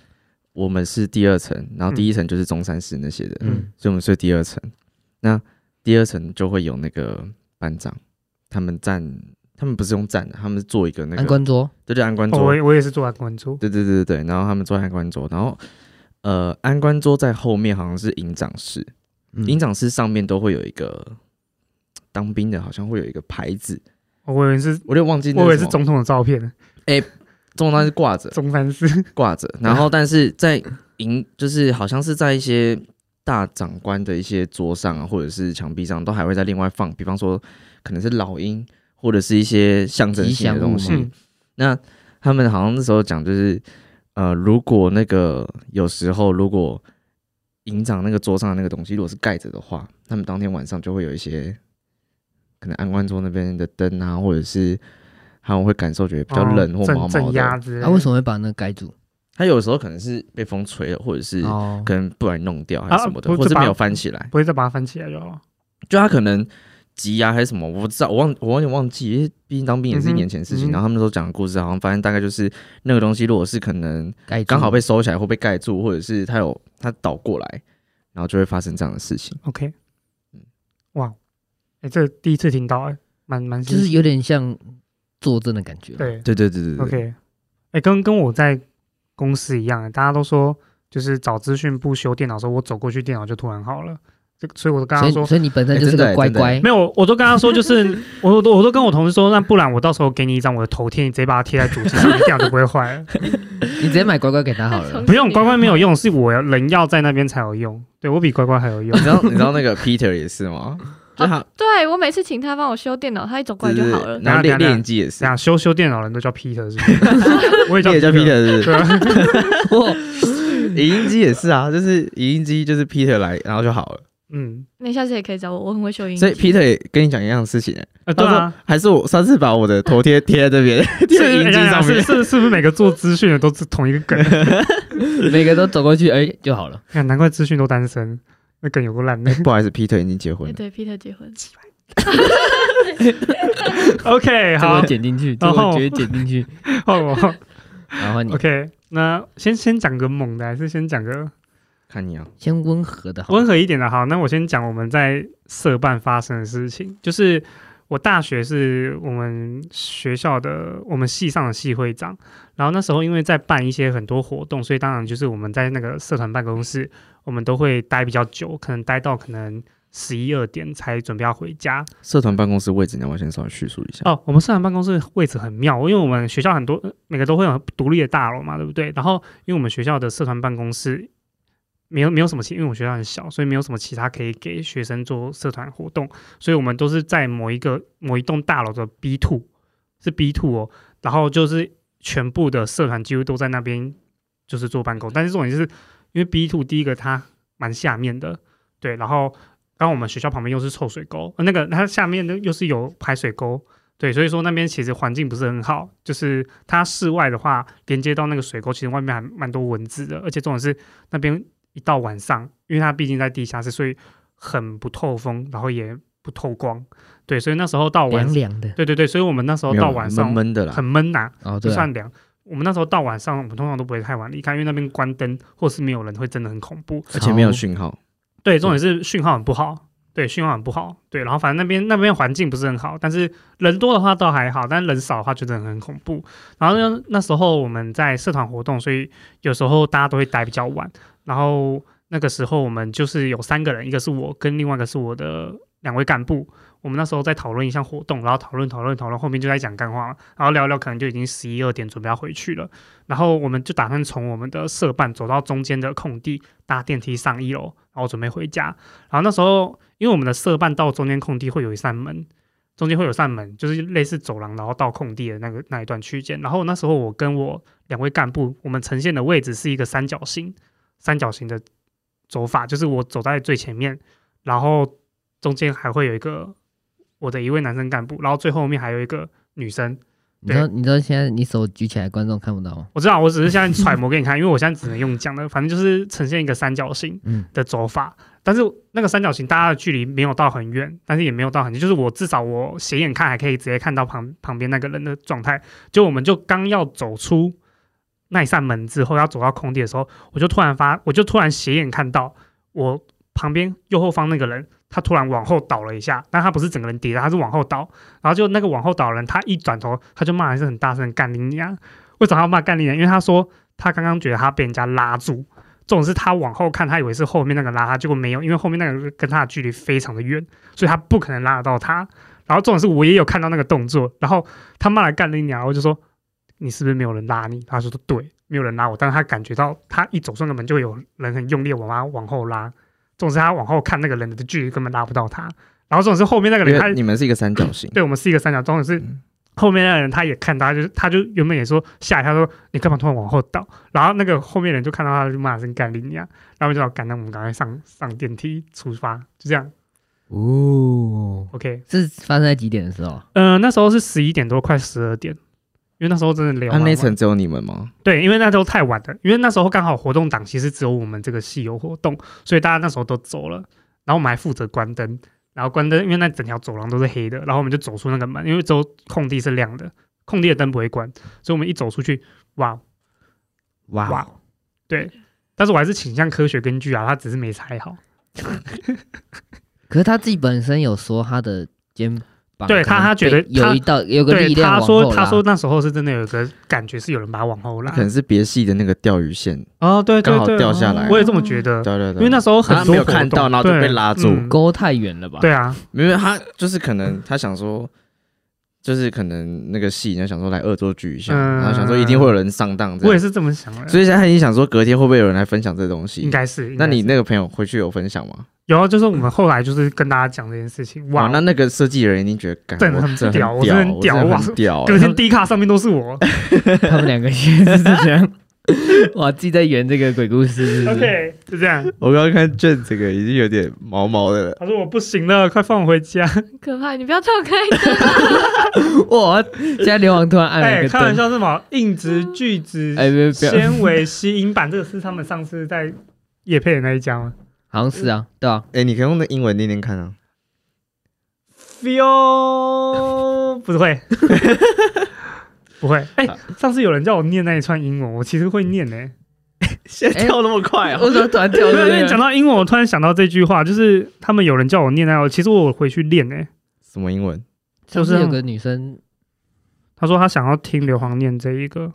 Speaker 2: 我们是第二层，然后第一层就是中山市那些的，
Speaker 4: 嗯
Speaker 2: 所以我们睡第二层。那第二层就会有那个班长，他们站，他们不是用站的，他们是做一个那
Speaker 4: 安
Speaker 2: 个，
Speaker 4: 官桌，
Speaker 2: 对对，安官
Speaker 1: 哦
Speaker 2: 桌，
Speaker 1: 我也我也是做安官桌，
Speaker 2: 对对对对对，然后他们坐安官桌，然后呃，安官桌在后面好像是营长室，
Speaker 4: 嗯
Speaker 2: 营长室上面都会有一个当兵的，好像会有一个牌子，
Speaker 1: 哦我以为是，
Speaker 2: 我有点忘记那
Speaker 1: 我以为是
Speaker 2: 什么
Speaker 1: 总统的照片，
Speaker 2: 中当是挂着
Speaker 1: 中山市，
Speaker 2: 挂着，然后但是在营就是好像是在一些大长官的一些桌上啊，或者是墙壁上，都还会再另外放，比方说可能是老鹰或者是一些象征性的东
Speaker 4: 吉祥物
Speaker 2: 西
Speaker 1: 嗯。，
Speaker 2: 那他们好像那时候讲就是，呃，如果那个有时候如果营长那个桌上的那个东西，如果是盖着的话，他们当天晚上就会有一些可能安官桌那边的灯啊，或者是他们会感受觉得比较冷或
Speaker 1: 镇
Speaker 2: 毛毛
Speaker 1: 哦镇压
Speaker 2: 的。
Speaker 1: 之类的。
Speaker 4: 啊，为什么会把那个盖住？
Speaker 2: 他有时候可能是被风吹了，或者是
Speaker 4: 哦，
Speaker 2: 可能不然弄掉还是什么的，
Speaker 1: 啊不
Speaker 2: 或是
Speaker 1: 这把
Speaker 2: 没有翻起来。
Speaker 1: 不会再把它翻起来就好了？
Speaker 2: 就他可能急啊还是什么，我不知道，我忘我有点忘记，因为毕竟当兵也是一年前的事
Speaker 1: 嗯
Speaker 2: 情。
Speaker 1: 哼
Speaker 2: 然后他们那时候讲的故事，好像发现大概就是那个东西，如果是可能
Speaker 4: 盖住
Speaker 2: 刚好被收起来或被盖住，或者是它有它倒过来，然后就会发生这样的事情。
Speaker 1: OK，
Speaker 2: 嗯
Speaker 1: 哇，哎、这第一次听到、哎，蛮蛮新
Speaker 4: 就是有点像作证的感觉。，
Speaker 1: 对
Speaker 2: 对对对对对
Speaker 1: OK，哎、跟跟我在公司一样、大家都说就是找资讯部修电脑的时候，我走过去电脑就突然好了，这所以我都跟
Speaker 4: 所
Speaker 1: 他说
Speaker 4: 以所以你本身就是
Speaker 2: 哎真的
Speaker 4: 个
Speaker 2: 哎
Speaker 4: 乖乖
Speaker 1: 没，有，我都跟他说，就是 我都我都跟我同事说，那不然我到时候给你一张我的头贴，你直接把它贴在主机上，你电脑就不会坏了。
Speaker 4: 你直接买乖乖给他 好
Speaker 3: 从
Speaker 4: 了。
Speaker 1: 不用乖乖没有用，是我要人要在那边才有用。对我比乖乖还有用
Speaker 2: 你。知道你知道那个 Peter 也是吗？就他
Speaker 3: 对我每次请他帮我修电脑，他一走过哦来就好了
Speaker 2: 对对对。然后
Speaker 1: 等一下
Speaker 2: 练
Speaker 1: 等一下
Speaker 2: 练机也是
Speaker 1: 这，样啊修修电脑的人都叫 Peter 是不是？ 我也
Speaker 2: 你也叫 Peter 是不是
Speaker 1: 对啊，
Speaker 2: 影音机也是啊，就是影音机就是 Peter 来，然后就好了。
Speaker 1: 嗯，
Speaker 3: 那你下次也可以找我，我很会修音。
Speaker 2: 所以 Peter 也跟你讲一样的事情，
Speaker 1: 呃，对
Speaker 2: 到时
Speaker 1: 啊
Speaker 2: 候，还是我上次把我的头贴贴在这边， 贴在
Speaker 1: 是
Speaker 2: 影
Speaker 1: 哎
Speaker 2: 机
Speaker 1: 呀
Speaker 2: 上
Speaker 1: 是
Speaker 2: 面。
Speaker 1: 是是不是每个做资讯的都是同一个梗？
Speaker 4: 每个都走过去，哎、就好了。
Speaker 1: 看难怪资讯都单身，那梗有个烂 的。
Speaker 2: 不好意思，Peter 已经结婚
Speaker 3: 哎
Speaker 2: 了。
Speaker 3: 对，Peter 结婚，
Speaker 1: OK，
Speaker 4: 这个
Speaker 1: 好
Speaker 4: 我，剪进去，这
Speaker 1: 然
Speaker 4: 个
Speaker 1: 后
Speaker 4: 我绝对剪进去。
Speaker 1: 换我。
Speaker 4: 然后换你
Speaker 1: OK，那先先讲个猛的，还是先讲个
Speaker 2: 看你啊，
Speaker 4: 先温和的好了，
Speaker 1: 温和一点的，好，那我先讲我们在社办发生的事情，就是我大学是我们学校的我们系上的系会长，然后那时候因为在办一些很多活动，所以当然就是我们在那个社团办公室，我们都会待比较久，可能待到可能十一二点才准备要回家。
Speaker 2: 社团办公室位置，你要不要先稍微叙述一下？
Speaker 1: 哦，我们社团办公室位置很妙，因为我们学校很多呃每个都会有独立的大楼嘛，对不对？然后因为我们学校的社团办公室没有没有什么其，因为我们学校很小，所以没有什么其他可以给学生做社团活动，所以我们都是在某一个某一栋大楼的 B two 是 B two 哦，然后就是全部的社团几乎都在那边就是做办公，但是重点是因为 B two 第一个它蛮下面的，对，然后。刚好我们学校旁边又是臭水沟，呃那个它下面又是有排水沟，对，所以说那边其实环境不是很好，就是它室外的话，连接到那个水沟，其实外面还蛮多蚊子的，而且重点是那边一到晚上，因为它毕竟在地下室，所以很不透风，然后也不透光，对，所以那时候到晚
Speaker 4: 凉，凉的。
Speaker 1: 对对对，所以我们那时候
Speaker 2: 没有
Speaker 1: 哦到
Speaker 2: 啦
Speaker 1: 晚上
Speaker 2: 闷闷的啦，啊
Speaker 1: 很闷呐、
Speaker 4: 哦，
Speaker 1: 就
Speaker 4: 对、啊
Speaker 1: 算，凉。我们那时候到晚上，我们通常都不会太晚离开，因为那边关灯或是没有人，会真的很恐怖。
Speaker 2: 而且没有讯号。
Speaker 1: 对，重点是讯号很不好，对，讯号很不好，对，然后反正那边那边环境不是很好，但是人多的话倒还好，但人少的话就真的很恐怖。然后呢，那时候我们在社团活动，所以有时候大家都会待比较晚，然后那个时候我们就是有三个人，一个是我跟另外一个是我的两位干部。我们那时候在讨论一项活动，然后讨论讨论讨论，后面就在讲干话嘛，然后聊聊，可能就已经十一二点，准备要回去了。然后我们就打算从我们的社办走到中间的空地，搭电梯上一楼，然后准备回家。然后那时候，因为我们的社办到中间空地会有一扇门，中间会有扇门，就是类似走廊，然后到空地的那个那一段区间。然后那时候我跟我两位干部，我们呈现的位置是一个三角形，三角形的走法，就是我走在最前面，然后中间还会有一个我的一位男生干部，然后最后面还有一个女生。
Speaker 4: 你知道你知道现在你手举起来，观众看不到吗？
Speaker 1: 我知道，我只是现在揣摩给你看，因为我现在只能用讲的，反正就是呈现一个三角形。
Speaker 4: 嗯，
Speaker 1: 的走法，但是那个三角形大家的距离没有到很远，但是也没有到很近，就是我至少我斜眼看还可以直接看到旁旁边那个人的状态。就我们就刚要走出那一扇门之后，要走到空地的时候，我就突然发，我就突然斜眼看到我旁边右后方那个人，他突然往后倒了一下，但他不是整个人跌的，他是往后倒。然后就那个往后倒的人，他一转头，他就骂还是很大声的干你娘！为什么要骂干你娘？因为他说他刚刚觉得他被人家拉住，重点是他往后看，他以为是后面那个拉他，结果没有，因为后面那个跟他的距离非常的远，所以他不可能拉得到他。然后重点是我也有看到那个动作，然后他骂了干你娘，我就说你是不是没有人拉你？他说对，没有人拉我，但是他感觉到他一走出那个门就有人很用力地往他往后拉，重点是他往后看那个人的距离根本拉不到他。然后重点是后面那个
Speaker 2: 因
Speaker 1: 人他
Speaker 2: 为你们是一个三角形，
Speaker 1: 对我们是一个三角，重点是
Speaker 2: 嗯
Speaker 1: 后面那个人他也看他，就是他就原本也说吓一跳，说你干嘛突然往后倒？然后那个后面人就看到他就骂声干你娘，然后我就说赶，那我们赶快上上电梯出发，就这样。
Speaker 4: 嗯哦，
Speaker 1: OK，
Speaker 4: 是发生在几点的时候啊？
Speaker 1: 嗯、呃，那时候是十一点多，快十二点，因为那时候真的聊
Speaker 2: 他
Speaker 1: 完
Speaker 2: 那
Speaker 1: 晚。
Speaker 2: 层只有你们吗？
Speaker 1: 对，因为那时候太晚了，因为那时候刚好活动档其实只有我们这个系有活动，所以大家那时候都走了，然后我们还负责关灯，然后关灯，因为那整条走廊都是黑的，然后我们就走出那个门，因为只有空地是亮的，空地的灯不会关，所以我们一走出去，哇！
Speaker 4: 哇
Speaker 1: 哇但是我还是倾向科学根据啊，他只是没猜好，
Speaker 4: 可是他自己本身有说他的肩膀可
Speaker 1: 对
Speaker 4: 能被，
Speaker 1: 他他觉得
Speaker 4: 有一道有个
Speaker 1: 对
Speaker 4: 力量
Speaker 1: 他
Speaker 4: 往后
Speaker 1: 说他
Speaker 4: 拉
Speaker 1: 说那时候是真的有个感觉是有人把他往后
Speaker 2: 他
Speaker 1: 拉
Speaker 2: 可，能是别系的那个钓鱼线
Speaker 1: 哦，对对
Speaker 2: 刚好
Speaker 1: 对，
Speaker 2: 掉下来，
Speaker 1: 我也这么觉得，
Speaker 2: 对对对，
Speaker 1: 因为那时候很
Speaker 2: 他
Speaker 1: 多
Speaker 2: 没有
Speaker 1: 活
Speaker 2: 看到，
Speaker 1: 动
Speaker 2: 然后就
Speaker 1: 对
Speaker 2: 被拉住，
Speaker 1: 嗯
Speaker 4: 勾太远了吧？
Speaker 1: 对啊，
Speaker 2: 没有他就是可能他想说，就是可能那个戏，然后想说来恶作剧一下，
Speaker 1: 嗯
Speaker 2: 然后想说一定会有人上当这
Speaker 1: 我也
Speaker 2: 样，
Speaker 1: 是这么想的，
Speaker 2: 所以现在他已经想说隔天会不会有人来分享这东
Speaker 1: 应
Speaker 2: 西？
Speaker 1: 该是。应
Speaker 2: 那
Speaker 1: 该是
Speaker 2: 你那个朋友回去有分享吗？
Speaker 1: 有啊，就是我们后来就是跟大家讲这件事情，
Speaker 2: 哇，
Speaker 4: 哦
Speaker 1: 哇，
Speaker 2: 那那个设计人一定觉得，干
Speaker 1: 真的
Speaker 2: 我
Speaker 1: 很
Speaker 2: 真的
Speaker 1: 屌我
Speaker 2: 屌，
Speaker 1: 真的很屌
Speaker 2: 我真的很
Speaker 1: 哇
Speaker 2: 屌 啊
Speaker 1: 隔天 D 卡上面都是我。
Speaker 4: 他们两个也是这 样。哇，自己在圆这个鬼故事 是不是
Speaker 1: OK，就这样。
Speaker 2: 我刚刚看卷这个已经有点毛毛的了，
Speaker 1: 他说我不行了，快放我回家。
Speaker 3: 很可怕，你不要跳开。
Speaker 4: 哇！现在流氓突然按了
Speaker 1: 哎、
Speaker 4: 一个
Speaker 1: 开玩
Speaker 4: 灯，
Speaker 1: 笑是吗？硬质、聚酯、
Speaker 4: 哎，不要不要，
Speaker 1: 纤维、吸音板，这个是他们上次在叶配的那一家吗
Speaker 4: 好像是啊，对啊，
Speaker 2: 哎，你可以用那英文念念看啊，
Speaker 1: ？Feel 不会，不会。哎、
Speaker 4: 啊
Speaker 1: 上次有人叫我念那一串英文，我其实会念呢、
Speaker 2: 现
Speaker 4: 在跳
Speaker 2: 那么快
Speaker 4: 哎我怎么突啊然跳
Speaker 1: 没
Speaker 4: 这
Speaker 1: 有，因为
Speaker 4: 个
Speaker 1: 讲？到英文，我突然想到这句话，就是他们有人叫我念那个，其实我有回去练呢、
Speaker 2: 什么英文？
Speaker 1: 就
Speaker 4: 就
Speaker 1: 是是
Speaker 4: 有个女生，
Speaker 1: 他说他想要听刘皇念这一个，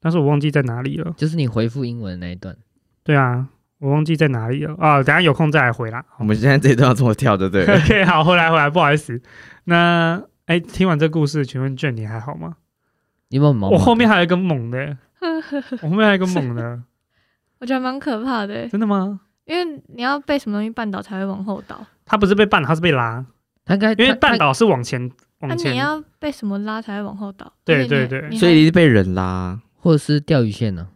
Speaker 1: 但是我忘记在哪里了。
Speaker 4: 就是你回复英文的那一段，
Speaker 1: 对啊，我忘记在哪里了啊！等一下有空再来回啦。
Speaker 2: 我们现在这一段要这么跳的，对了，
Speaker 1: OK，好，回来回来，不好意思。那哎，听完这故事，请问卷你还好吗？
Speaker 4: 你有没有毛毛？
Speaker 1: 我后面还有一个猛的，欸我后面还有一个猛的，
Speaker 3: 我觉得蛮可怕的欸，
Speaker 1: 真的吗？
Speaker 3: 因为你要被什么东西绊倒才会往后倒，
Speaker 1: 他不是被绊倒，他是被拉，
Speaker 4: 他应该
Speaker 1: 因为
Speaker 4: 他
Speaker 1: 绊倒是往前
Speaker 3: 那
Speaker 1: 往
Speaker 3: 啊你
Speaker 1: 前。
Speaker 3: 要被什么拉才会往后倒。
Speaker 1: 对
Speaker 3: 而且你
Speaker 1: 对对
Speaker 3: 你还
Speaker 2: 所以一定被人拉，啊
Speaker 4: 或者是钓鱼线呢？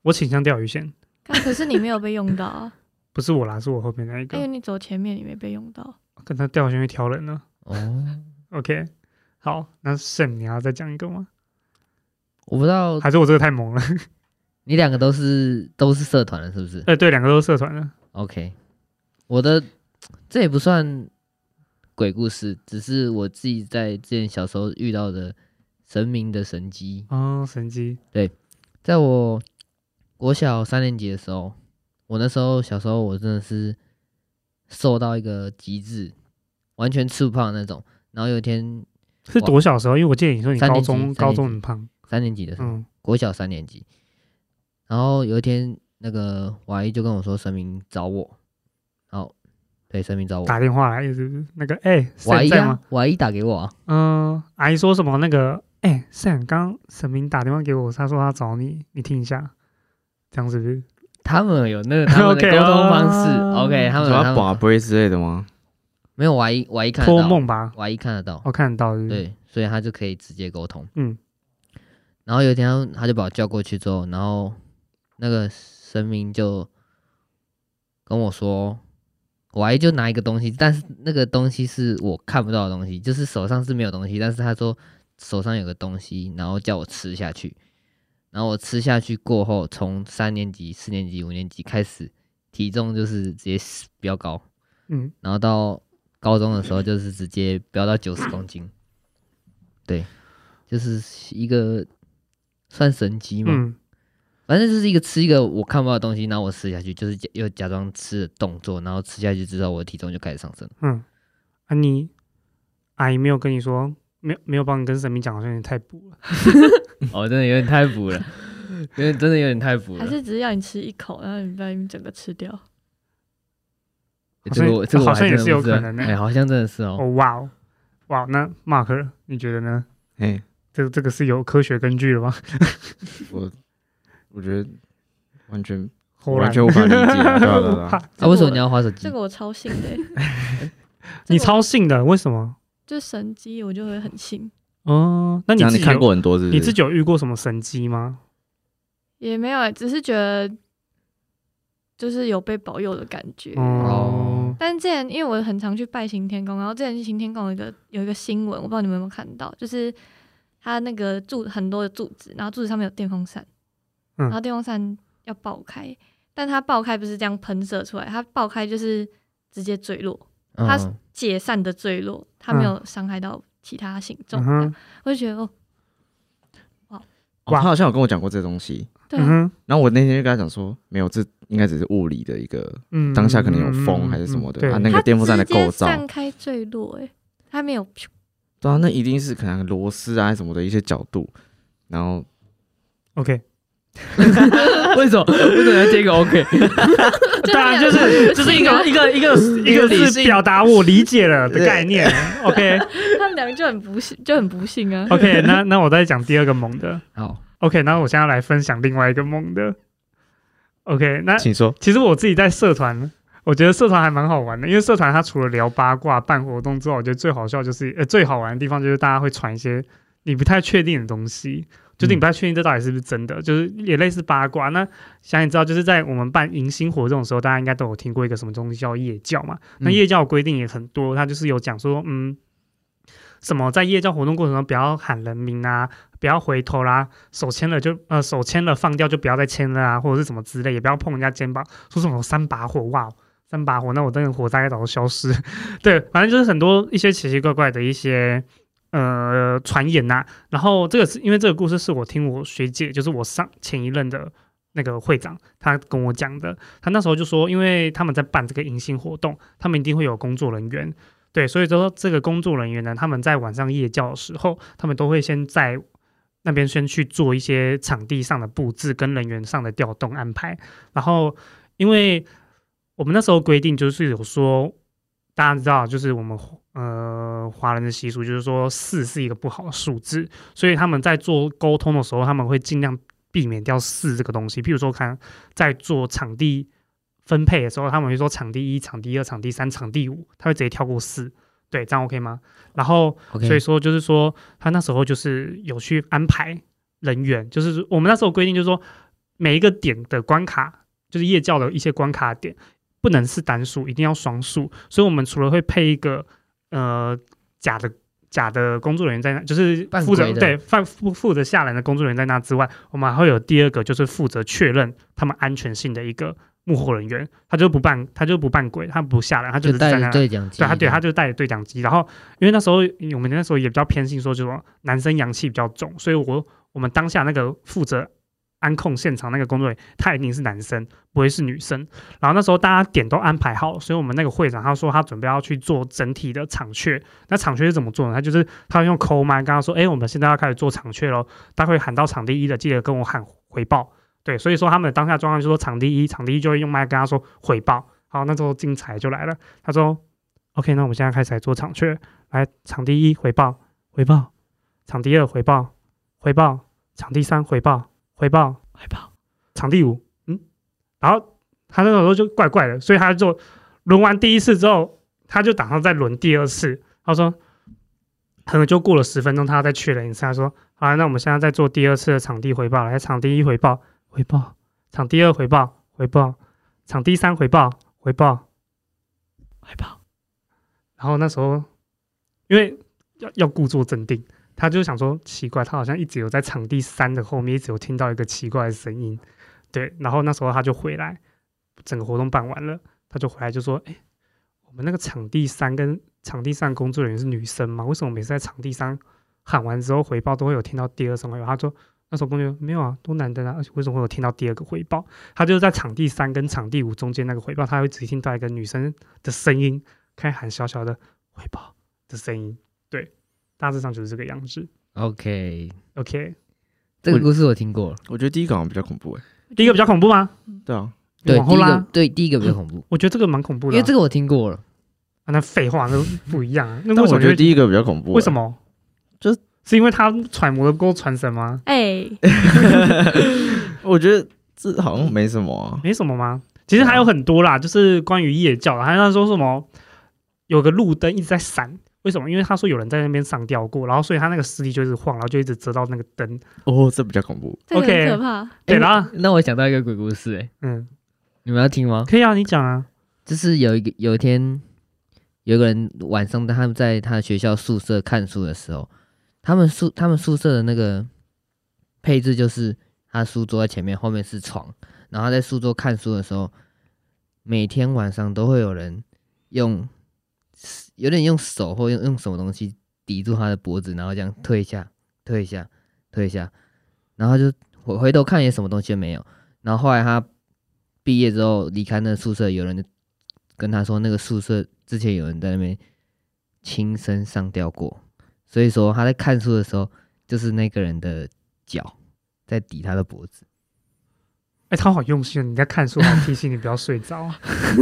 Speaker 1: 我倾向钓鱼线，
Speaker 3: 干可是你没有被用到 啊，
Speaker 1: 不是我啦，是我后面那一
Speaker 3: 因
Speaker 1: 个。
Speaker 3: 为你走前面，你没被用到。
Speaker 1: 跟他钓鱼线会挑人呢。
Speaker 4: 哦，
Speaker 1: OK，好，那 Sam 你要再讲一个吗？
Speaker 4: 我不知道
Speaker 1: 还是我这个太猛了？
Speaker 4: 你两个都是都是社团的，是不是
Speaker 1: 哎，对，两个都是社团的。
Speaker 4: ？OK，我的这也不算鬼故事，只是我自己在之前小时候遇到的神明的神迹。
Speaker 1: 哦，神机，
Speaker 4: 在我国小三年级的时候，我那时候小时候我真的是瘦到一个极致，完全吃不胖的那种。然后有一天
Speaker 1: 是多小时候？因为我记得你说你
Speaker 4: 三
Speaker 1: 高
Speaker 4: 年级
Speaker 1: 中
Speaker 4: 三
Speaker 1: 高
Speaker 4: 年
Speaker 1: 中
Speaker 4: 级
Speaker 1: 很胖，
Speaker 4: 三年级的时候，
Speaker 1: 嗯，
Speaker 4: 国小三年级，然后有一天那个瓦伊就跟我说神明找我，然后对神明找我，
Speaker 1: 打电话来是不是？那个哎，
Speaker 4: 瓦
Speaker 1: 谁
Speaker 4: 伊
Speaker 1: 在吗
Speaker 4: 啊？，瓦伊打给我啊，
Speaker 1: 嗯，阿姨说什么？那个哎，Sam 刚刚沈明打电话给我，他说他找你，你听一下，这样是不是？
Speaker 4: 他们有那个他们 的
Speaker 1: OK，
Speaker 4: 沟通方式
Speaker 1: 啊
Speaker 4: ，OK，他
Speaker 2: 什
Speaker 4: 们有他们
Speaker 2: 么宝贝之类的吗？
Speaker 4: 没有瓦伊瓦伊看得
Speaker 1: 托
Speaker 4: 到，
Speaker 1: 梦吧，
Speaker 4: 瓦伊看得到，
Speaker 1: 我看得到是不是，
Speaker 4: 对，所以他就可以直接沟通。
Speaker 1: 嗯，
Speaker 4: 然后有一天他他就把我叫过去之后，然后那个神明就跟我说，我还就拿一个东西，但是那个东西是我看不到的东西，就是手上是没有东西，但是他说手上有个东西，然后叫我吃下去，然后我吃下去过后，从三年级、四年级、五年级开始，体重就是直接飙高，
Speaker 1: 嗯，
Speaker 4: 然后到高中的时候就是直接飙到九十公斤，对，就是一个算神机嘛，
Speaker 1: 嗯，
Speaker 4: 反正就是一个吃一个我看不到的东西，然后我吃下去，就是假又假装吃的动作，然后吃下去之后我的体重就开始上升。
Speaker 1: 啊你阿姨没有跟你说，没有没有帮你跟神明讲，好像有点太补了。
Speaker 4: 哦，真的有点太补了，有点真的有点太
Speaker 2: 嗯
Speaker 4: 补
Speaker 3: 还是只是要你吃一口，然后你把你整个吃掉。
Speaker 4: 哎这个我这个我
Speaker 1: 好
Speaker 4: 还真
Speaker 1: 像也
Speaker 4: 的
Speaker 1: 是有
Speaker 4: 不知道
Speaker 1: 可能的
Speaker 4: 哎，好像真的是
Speaker 1: 哦
Speaker 4: 哦。
Speaker 1: 哇哦，哇哦，那 Mark 你觉得呢？
Speaker 2: 哎，
Speaker 1: 这这个是有科学根据的吗？
Speaker 2: 我觉得完全
Speaker 1: 后来
Speaker 2: 完全无法理解 啊，对啊对啊对啊。
Speaker 4: 啊，为什么你要划手机
Speaker 3: 这？个我超信的欸，
Speaker 1: 你
Speaker 3: 这个我
Speaker 1: 超信的，为什么？
Speaker 3: 就神机我就会很信。
Speaker 1: 哦，那
Speaker 2: 这
Speaker 1: 你
Speaker 2: 样
Speaker 1: 自
Speaker 2: 你
Speaker 1: 己
Speaker 2: 看
Speaker 1: 有
Speaker 2: 过很多是不是？哦
Speaker 1: 你自己有遇过什么神机吗？
Speaker 3: 也没有，欸只是觉得就是有被保佑的感觉。
Speaker 1: 哦，
Speaker 3: 但之前因为我很常去拜行天宫，然后之前去行天宫有一个有一个新闻，我不知道你们有没有看到，就是它那个柱很多的柱子，然后柱子上面有电风扇，
Speaker 1: 嗯
Speaker 3: 然后电风扇要爆开，但它爆开不是这样喷射出来，它爆开就是直接坠落，他
Speaker 4: 嗯
Speaker 3: 解散的坠落，它没有伤害到其他行众。
Speaker 1: 嗯哼
Speaker 3: 我就觉得哦，
Speaker 2: 哦他好像有跟我讲过这东西，
Speaker 3: 对
Speaker 1: 嗯
Speaker 3: 啊、
Speaker 1: 哼，
Speaker 2: 然后我那天就跟他讲说，没有，这应该只是物理的一个，
Speaker 1: 嗯，
Speaker 2: 当下可能有风
Speaker 1: 嗯
Speaker 2: 还是什么的
Speaker 1: 嗯对
Speaker 2: 啊那个
Speaker 3: 它
Speaker 2: 电风扇的构
Speaker 3: 直
Speaker 2: 造
Speaker 3: 接散开坠落、欸，哎，它没有
Speaker 2: 对啊，那一定是可能螺丝啊什么的一些角度，然后
Speaker 1: OK，
Speaker 4: 为什么 为什么要接一个 OK？
Speaker 1: 当然 就是 就是一个一个一个一
Speaker 2: 一个理
Speaker 1: 个是
Speaker 2: 性
Speaker 1: 表达我理解了的概 念。OK 哦
Speaker 3: 他们两个就很不幸，就很不幸啊。
Speaker 1: OK，那那我再讲第二个猛的。
Speaker 4: 好，
Speaker 1: OK，那我现在来分享另外一个猛的。OK，那
Speaker 2: 请说。
Speaker 1: 其实我自己在社团，我觉得社团还蛮好玩的，因为社团它除了聊八卦、办活动之外，我觉得最好笑就是呃最好玩的地方就是大家会传一些你不太确定的东西，就是你不太确定这到底是不是真的，就是也类似八卦。那想也知道，就是在我们办迎新活动的时候，大家应该都有听过一个什么东西叫夜教嘛？那
Speaker 4: 嗯
Speaker 1: 夜教规定也很多，它就是有讲说，嗯。什么在夜教活动过程中不要喊人名啊，不要回头啦，手牵了就呃手牵了放掉就不要再牵了啊，或者是什么之类，也不要碰人家肩膀，说什么三把火哇，三把火，那我真的火灾早就消失。 对，反正就是很多一些奇奇怪怪的一些呃传言呐、然后这个是因为这个故事是我听我学姐，就是我上前一任的那个会长，他跟我讲的。他那时候就说，因为他们在办这个迎新活动，他们一定会有工作人员。对，所以说这个工作人员呢，他们在晚上夜教的时候，他们都会先在那边先去做一些场地上的布置跟人员上的调动安排。然后，因为我们那时候规定就是有说，大家知道，就是我们呃华人的习俗，就是说四是一个不好的数字，所以他们在做沟通的时候，他们会尽量避免掉四这个东西。譬如说，看在做场地分配的时候，他们会说场地一、场地二、场地三、场地五，他会直接跳过四。对，这样 OK 吗？然后
Speaker 4: OK
Speaker 1: 所以说就是说，他那时候就是有去安排人员，就是我们那时候规定就是说，每一个点的关卡，就是夜教的一些关卡点，不能是单数，一定要双数。所以我们除了会配一个呃假的假的工作人员在那，就是
Speaker 4: 扮
Speaker 1: 负责
Speaker 4: 鬼的
Speaker 1: 对负负负责下来的工作人员在那之外，我们还会有第二个，就是负责确认他们安全性的一个幕后人员，他就不扮他就不扮鬼，他不下来，他就只
Speaker 4: 就
Speaker 1: 是在
Speaker 4: 带
Speaker 1: 那
Speaker 4: 着对讲机，
Speaker 1: 对他，对他就带着对讲机。然后因为那时候我们那时候也比较偏信说，就是说男生阳气比较重，所以我我们当下那个负责安控现场那个工作人员，他一定是男生，不会是女生。然后那时候大家点都安排好了，所以我们那个会长他说他准备要去做整体的场确。那场确是怎么做呢？他就是他用抠麦跟他说，哎，我们现在要开始做场确喽，待会喊到场地一的，记得跟我喊回报。对，所以说他们当下状况就是说场地一，场地一就会用麦跟他说回报。好，那时候精彩就来了，他说 OK，那我们现在开始来做场确，来，场地一回报，回报；场地二回报，回报；场地三回报，回报，回报；场地五，嗯，然后他那个时候就怪怪的，所以他就轮完第一次之后，他就打算再轮第二次。他说，可能就过了十分钟，他要再确认一次。他说，好啊，那我们现在再做第二次的场地回报，来，场地一回报，回报；场地二回报，回报；场地三回报，回报，回报。然后那时候因为要要故作镇定，他就想说奇怪，他好像一直有在场地三的后面，一直有听到一个奇怪的声音。对，然后那时候他就回来，整个活动办完了，他就回来就说：“哎，我们那个场地三跟场地上工作人员是女生吗？为什么每次在场地三喊完之后回报都会有听到第二声回报？”他说。那时候工作人员没有啊，都男的啊，而且为什么会有听到第二个回报？他就是在场地三跟场地五中间那个回报，他会只听到一个女生的声音，开始喊小小的回报的声音。对，大致上就是这个样子。
Speaker 4: OK，
Speaker 1: OK，
Speaker 4: 这个故事我听过了，
Speaker 2: 我觉得第一个好像比较恐怖哎、
Speaker 1: 第一个比较恐怖吗？
Speaker 2: 对啊，
Speaker 4: 对，
Speaker 1: 往
Speaker 4: 第
Speaker 1: 后
Speaker 4: 一
Speaker 1: 拉
Speaker 4: 个对第一个比较恐怖，
Speaker 1: 我觉得这个蛮恐怖
Speaker 4: 因
Speaker 1: 的啊、
Speaker 4: 为这个我听过了，
Speaker 1: 啊、那废话，那不一样、啊。那
Speaker 2: 但
Speaker 1: 为什
Speaker 2: 我
Speaker 1: 么
Speaker 2: 觉得
Speaker 1: 会
Speaker 2: 第一啊个比较恐怖、欸
Speaker 1: 为什？么？
Speaker 2: 就是
Speaker 1: 是因为他揣摩不够传神吗？
Speaker 3: 哎、
Speaker 2: 我觉得这好像没什么、啊。
Speaker 1: 没什么吗？其啊实还有很多啦，就是关于夜教啦，还有那时候什么有个路灯一直在闪，为什么？因为他说有人在那边上吊过，然后所以他那个尸体就一直晃，然后就一直折到那个灯。
Speaker 2: 哦，这比较恐怖。
Speaker 3: 这个
Speaker 1: OK
Speaker 3: 很可怕。
Speaker 1: 对，然后
Speaker 4: 那我想到一个鬼故事、欸，哎，
Speaker 1: 嗯，
Speaker 4: 你们要听吗？
Speaker 1: 可以啊，你讲啊，
Speaker 4: 就是有一个有一天，有一个人晚上他们在他的学校宿舍看书的时候，他们宿他们宿舍的那个配置就是他书桌在前面，后面是床，然后他在书桌看书的时候，每天晚上都会有人用有点用手或用用什么东西抵住他的脖子，然后这样推一下推一下推一下，然后就回回头看也什么东西都没有，然后后来他。毕业之后离开那个宿舍，有人跟他说那个宿舍之前有人在那边轻声上吊过，所以说他在看书的时候，就是那个人的脚在抵他的 脖 子。
Speaker 1: 哎、他好用心哦，你在 看书，好提醒你不要睡着，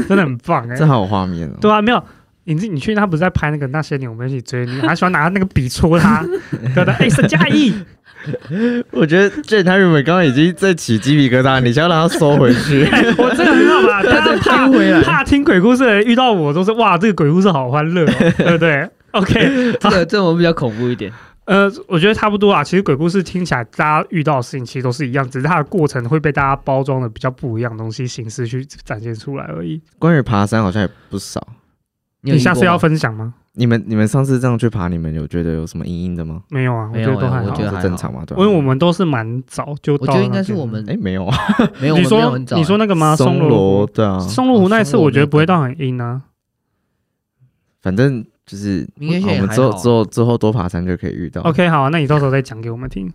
Speaker 1: 真的很棒哎、
Speaker 2: 这好有画面哦。
Speaker 1: 对啊，没有。你自你去他不是在拍那个那些年我们一起追的女孩，他喜欢拿那个笔戳 他，对的，哎，沈佳宜，
Speaker 2: 我觉得这他原本刚刚已经在起鸡皮疙瘩，你先让他收回 去。
Speaker 1: 哎我真的很好吧？大家怕
Speaker 2: 回来
Speaker 1: 怕听鬼故事的人遇到我都是哇，这个鬼故事好欢乐、哦，对不 对？OK，
Speaker 4: 这个这我比较恐怖一点，
Speaker 1: 呃，我觉得差不多啊。其实鬼故事听起来，大家遇到的事情其实都是一样，只是它的过程会被大家包装的比较不一样的东西形式去展现出来而已。
Speaker 2: 关于爬山好像也不少，
Speaker 4: 你有
Speaker 1: 你
Speaker 4: 遇
Speaker 1: 下次
Speaker 4: 过吗
Speaker 1: 要分享吗？
Speaker 2: 你们你们上次这样去爬，你们有觉得有什么阴影的吗？
Speaker 1: 没有啊，我
Speaker 4: 没
Speaker 1: 觉
Speaker 4: 有
Speaker 1: 得都
Speaker 4: 哎
Speaker 1: 还
Speaker 4: 我
Speaker 1: 好
Speaker 4: 觉，得还好
Speaker 2: 这正常吗？对啊
Speaker 1: 因
Speaker 2: 吧
Speaker 1: 为我们都是蛮早就
Speaker 4: 我
Speaker 1: 到那
Speaker 4: 觉
Speaker 1: 边的。
Speaker 4: 得应该是我们
Speaker 2: 哎没有啊。
Speaker 4: 没有，我
Speaker 1: 你
Speaker 4: 们没有
Speaker 1: 说
Speaker 4: 很早啊
Speaker 1: 你说那个吗？ 松
Speaker 2: 松
Speaker 1: 罗
Speaker 2: 罗
Speaker 1: 湖
Speaker 2: 对啊，
Speaker 1: 松罗湖那一次，
Speaker 4: 哦松罗湖
Speaker 1: 我觉得不会到很阴啊。
Speaker 2: 反正就是
Speaker 4: 明月线
Speaker 2: 我
Speaker 4: 也
Speaker 2: 们
Speaker 4: 还
Speaker 2: 之后
Speaker 4: 好啊
Speaker 2: 之后之后多爬山就可以遇到。
Speaker 1: OK，好啊，那你到时候再讲给我们听。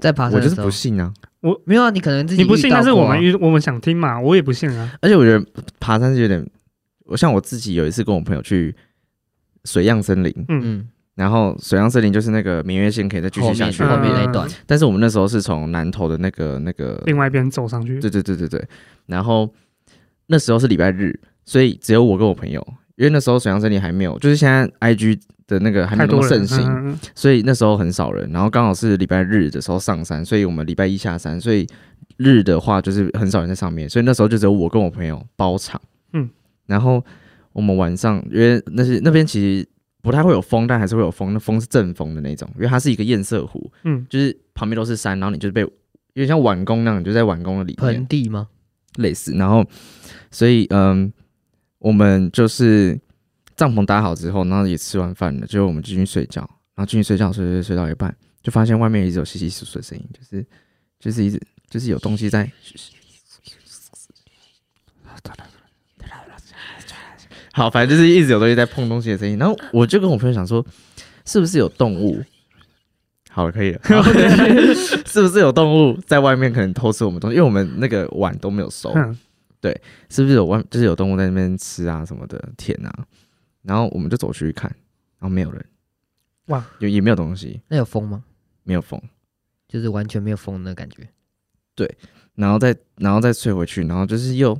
Speaker 4: 在爬
Speaker 2: 我
Speaker 4: 山
Speaker 2: 就
Speaker 4: 的
Speaker 2: 是
Speaker 4: 时候
Speaker 2: 不，信啊，
Speaker 4: 没有啊，你可能自己
Speaker 1: 你不信，
Speaker 4: 遇到
Speaker 1: 但是我
Speaker 4: 过啊
Speaker 1: 们遇我们想听嘛，我也不信啊。
Speaker 2: 而且我觉得爬山是有点，我像我自己有一次跟我朋友去水漾森林，
Speaker 1: 嗯，
Speaker 4: 嗯
Speaker 2: 然后水漾森林就是那个明月线可以再继
Speaker 4: 后
Speaker 2: 续下
Speaker 4: 面
Speaker 2: 去
Speaker 1: 的
Speaker 4: 后面
Speaker 1: 嗯
Speaker 4: 那一段，
Speaker 2: 但是我们那时候是从南头的那个那个，
Speaker 1: 另外一边走上去，
Speaker 2: 对对对对对，然后那时候是礼拜日，所以只有我跟我朋友，因为那时候水漾森林还没有，就是现在 IG 的那个还
Speaker 1: 太
Speaker 2: 没有那
Speaker 1: 多
Speaker 2: 么
Speaker 1: 人
Speaker 2: 盛行，
Speaker 1: 嗯嗯嗯
Speaker 2: 所以那时候很少人，然后刚好是礼拜日的时候上山，所以我们礼拜一下山，所以日的话就是很少人在上面，所以那时候就只有我跟我朋友包场，
Speaker 1: 嗯，
Speaker 2: 然后我们晚上因为那是那边其实不太会有风，但还是会有风，那风是阵风的那种，因为它是一个堰塞湖，
Speaker 1: 嗯，
Speaker 2: 就是旁边都是山，然后你就被有点像碗工那样，你就在碗工的里面
Speaker 4: 盆，地吗？
Speaker 2: 类似。然后，所以嗯，我们就是帐篷搭好之后，然后也吃完饭了，就我们进去睡觉，然后进去睡觉睡睡睡到一半，就发现外面一直有稀稀疏疏的声音，就是就是一直就是有东西在。 好，反正就是一直有东西在碰东西的声音，然后我就跟我朋友讲说，是不是有动物？好了，可以了。好 是不是有动物在外面可能偷吃我们东西？因为我们那个碗都没有收，
Speaker 1: 嗯
Speaker 2: 是不是有外就是有动物在那边吃啊什么的舔啊？然后我们就走出去看，然后没有人，
Speaker 1: 哇，
Speaker 2: 也也没有东西，
Speaker 4: 那有风吗？
Speaker 2: 没有风，
Speaker 4: 就是完全没有风的感觉，
Speaker 2: 然后再然后再吹回去，然后就是又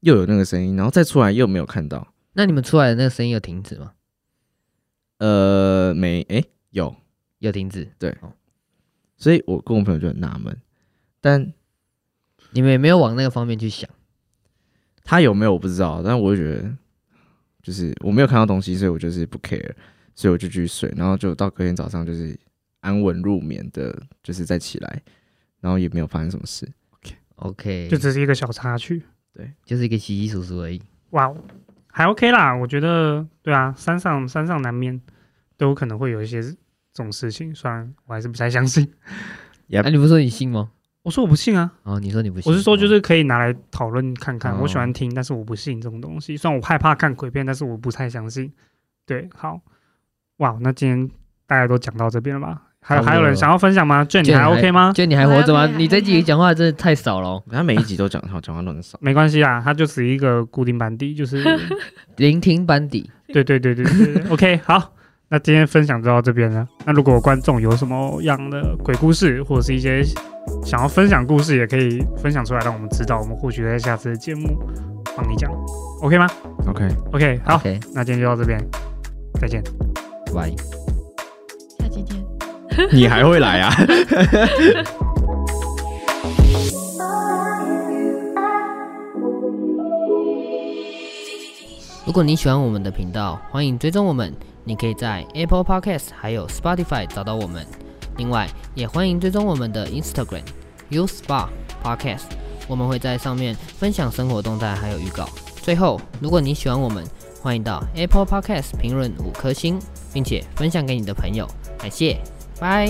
Speaker 2: 又有那个声音，然后再出来又没有看到，
Speaker 4: 那你们出来的那个声音有停止吗？
Speaker 2: 呃，没，诶，有，
Speaker 4: 有停止，
Speaker 2: 所以我跟我朋友就很纳闷，但
Speaker 4: 你们也没有往那个方面去想。
Speaker 2: 他有没有我不知道，但我就觉得就是我没有看到东西，所以我就是不 care，所以我就继续睡，然后就到隔天早上就是安稳入眠的，就是再起来，然后也没有发生什么事。
Speaker 4: OK，
Speaker 1: 就只是一个小插曲。
Speaker 4: 就是一个稀稀疏疏而已。
Speaker 1: 哇哦，还 OK 啦，我觉得对啊，山上山上难免都有可能会有一些这种事情，虽然我还是不太相信。
Speaker 2: Yep
Speaker 4: 啊，你不是说你信吗？
Speaker 1: 我说我不信啊，
Speaker 4: 哦，嗯你说你不信，
Speaker 1: 我是说就是可以拿来讨论看看，
Speaker 2: 哦
Speaker 1: 我喜欢听，但是我不信这种东西。虽然我害怕看鬼片，但是我不太相信。对，好，哇，那今天大家都讲到这边了吧？还有
Speaker 4: 差不多
Speaker 1: 还有人想要分享吗？卷你还 OK 吗？
Speaker 4: 就你还活着
Speaker 3: 我
Speaker 4: 吗？
Speaker 3: 还没
Speaker 4: 你这几个讲话真的太少了哦，
Speaker 2: 他每一集都讲好，讲话都很少。
Speaker 1: 没关系啊，它就只是一个固定班底，就是
Speaker 4: 聆听班底，
Speaker 1: 对对对对对对，OK，好，那今天分享就到这边了。那如果观众有什么样的鬼故事，或者是一些想要分享故事，也可以分享出来，让我们知道，我们或许在下次的节目帮你讲，OK 吗
Speaker 2: OK，
Speaker 1: ？OK，好
Speaker 4: OK，
Speaker 1: 那今天就到这边，再见。
Speaker 4: 拜。
Speaker 3: 下期见。
Speaker 2: 你还会来啊？
Speaker 4: 如果你喜欢我们的频道，欢迎追踪我们。你可以在 Apple Podcast 还有 Spotify 找到我们。另外，也欢迎追踪我们的 Instagram U Spa Podcast，我们会在上面分享生活动态还有预告。最后，如果你喜欢我们，欢迎到 Apple Podcast 评论五颗星，并且分享给你的朋友，感谢，拜。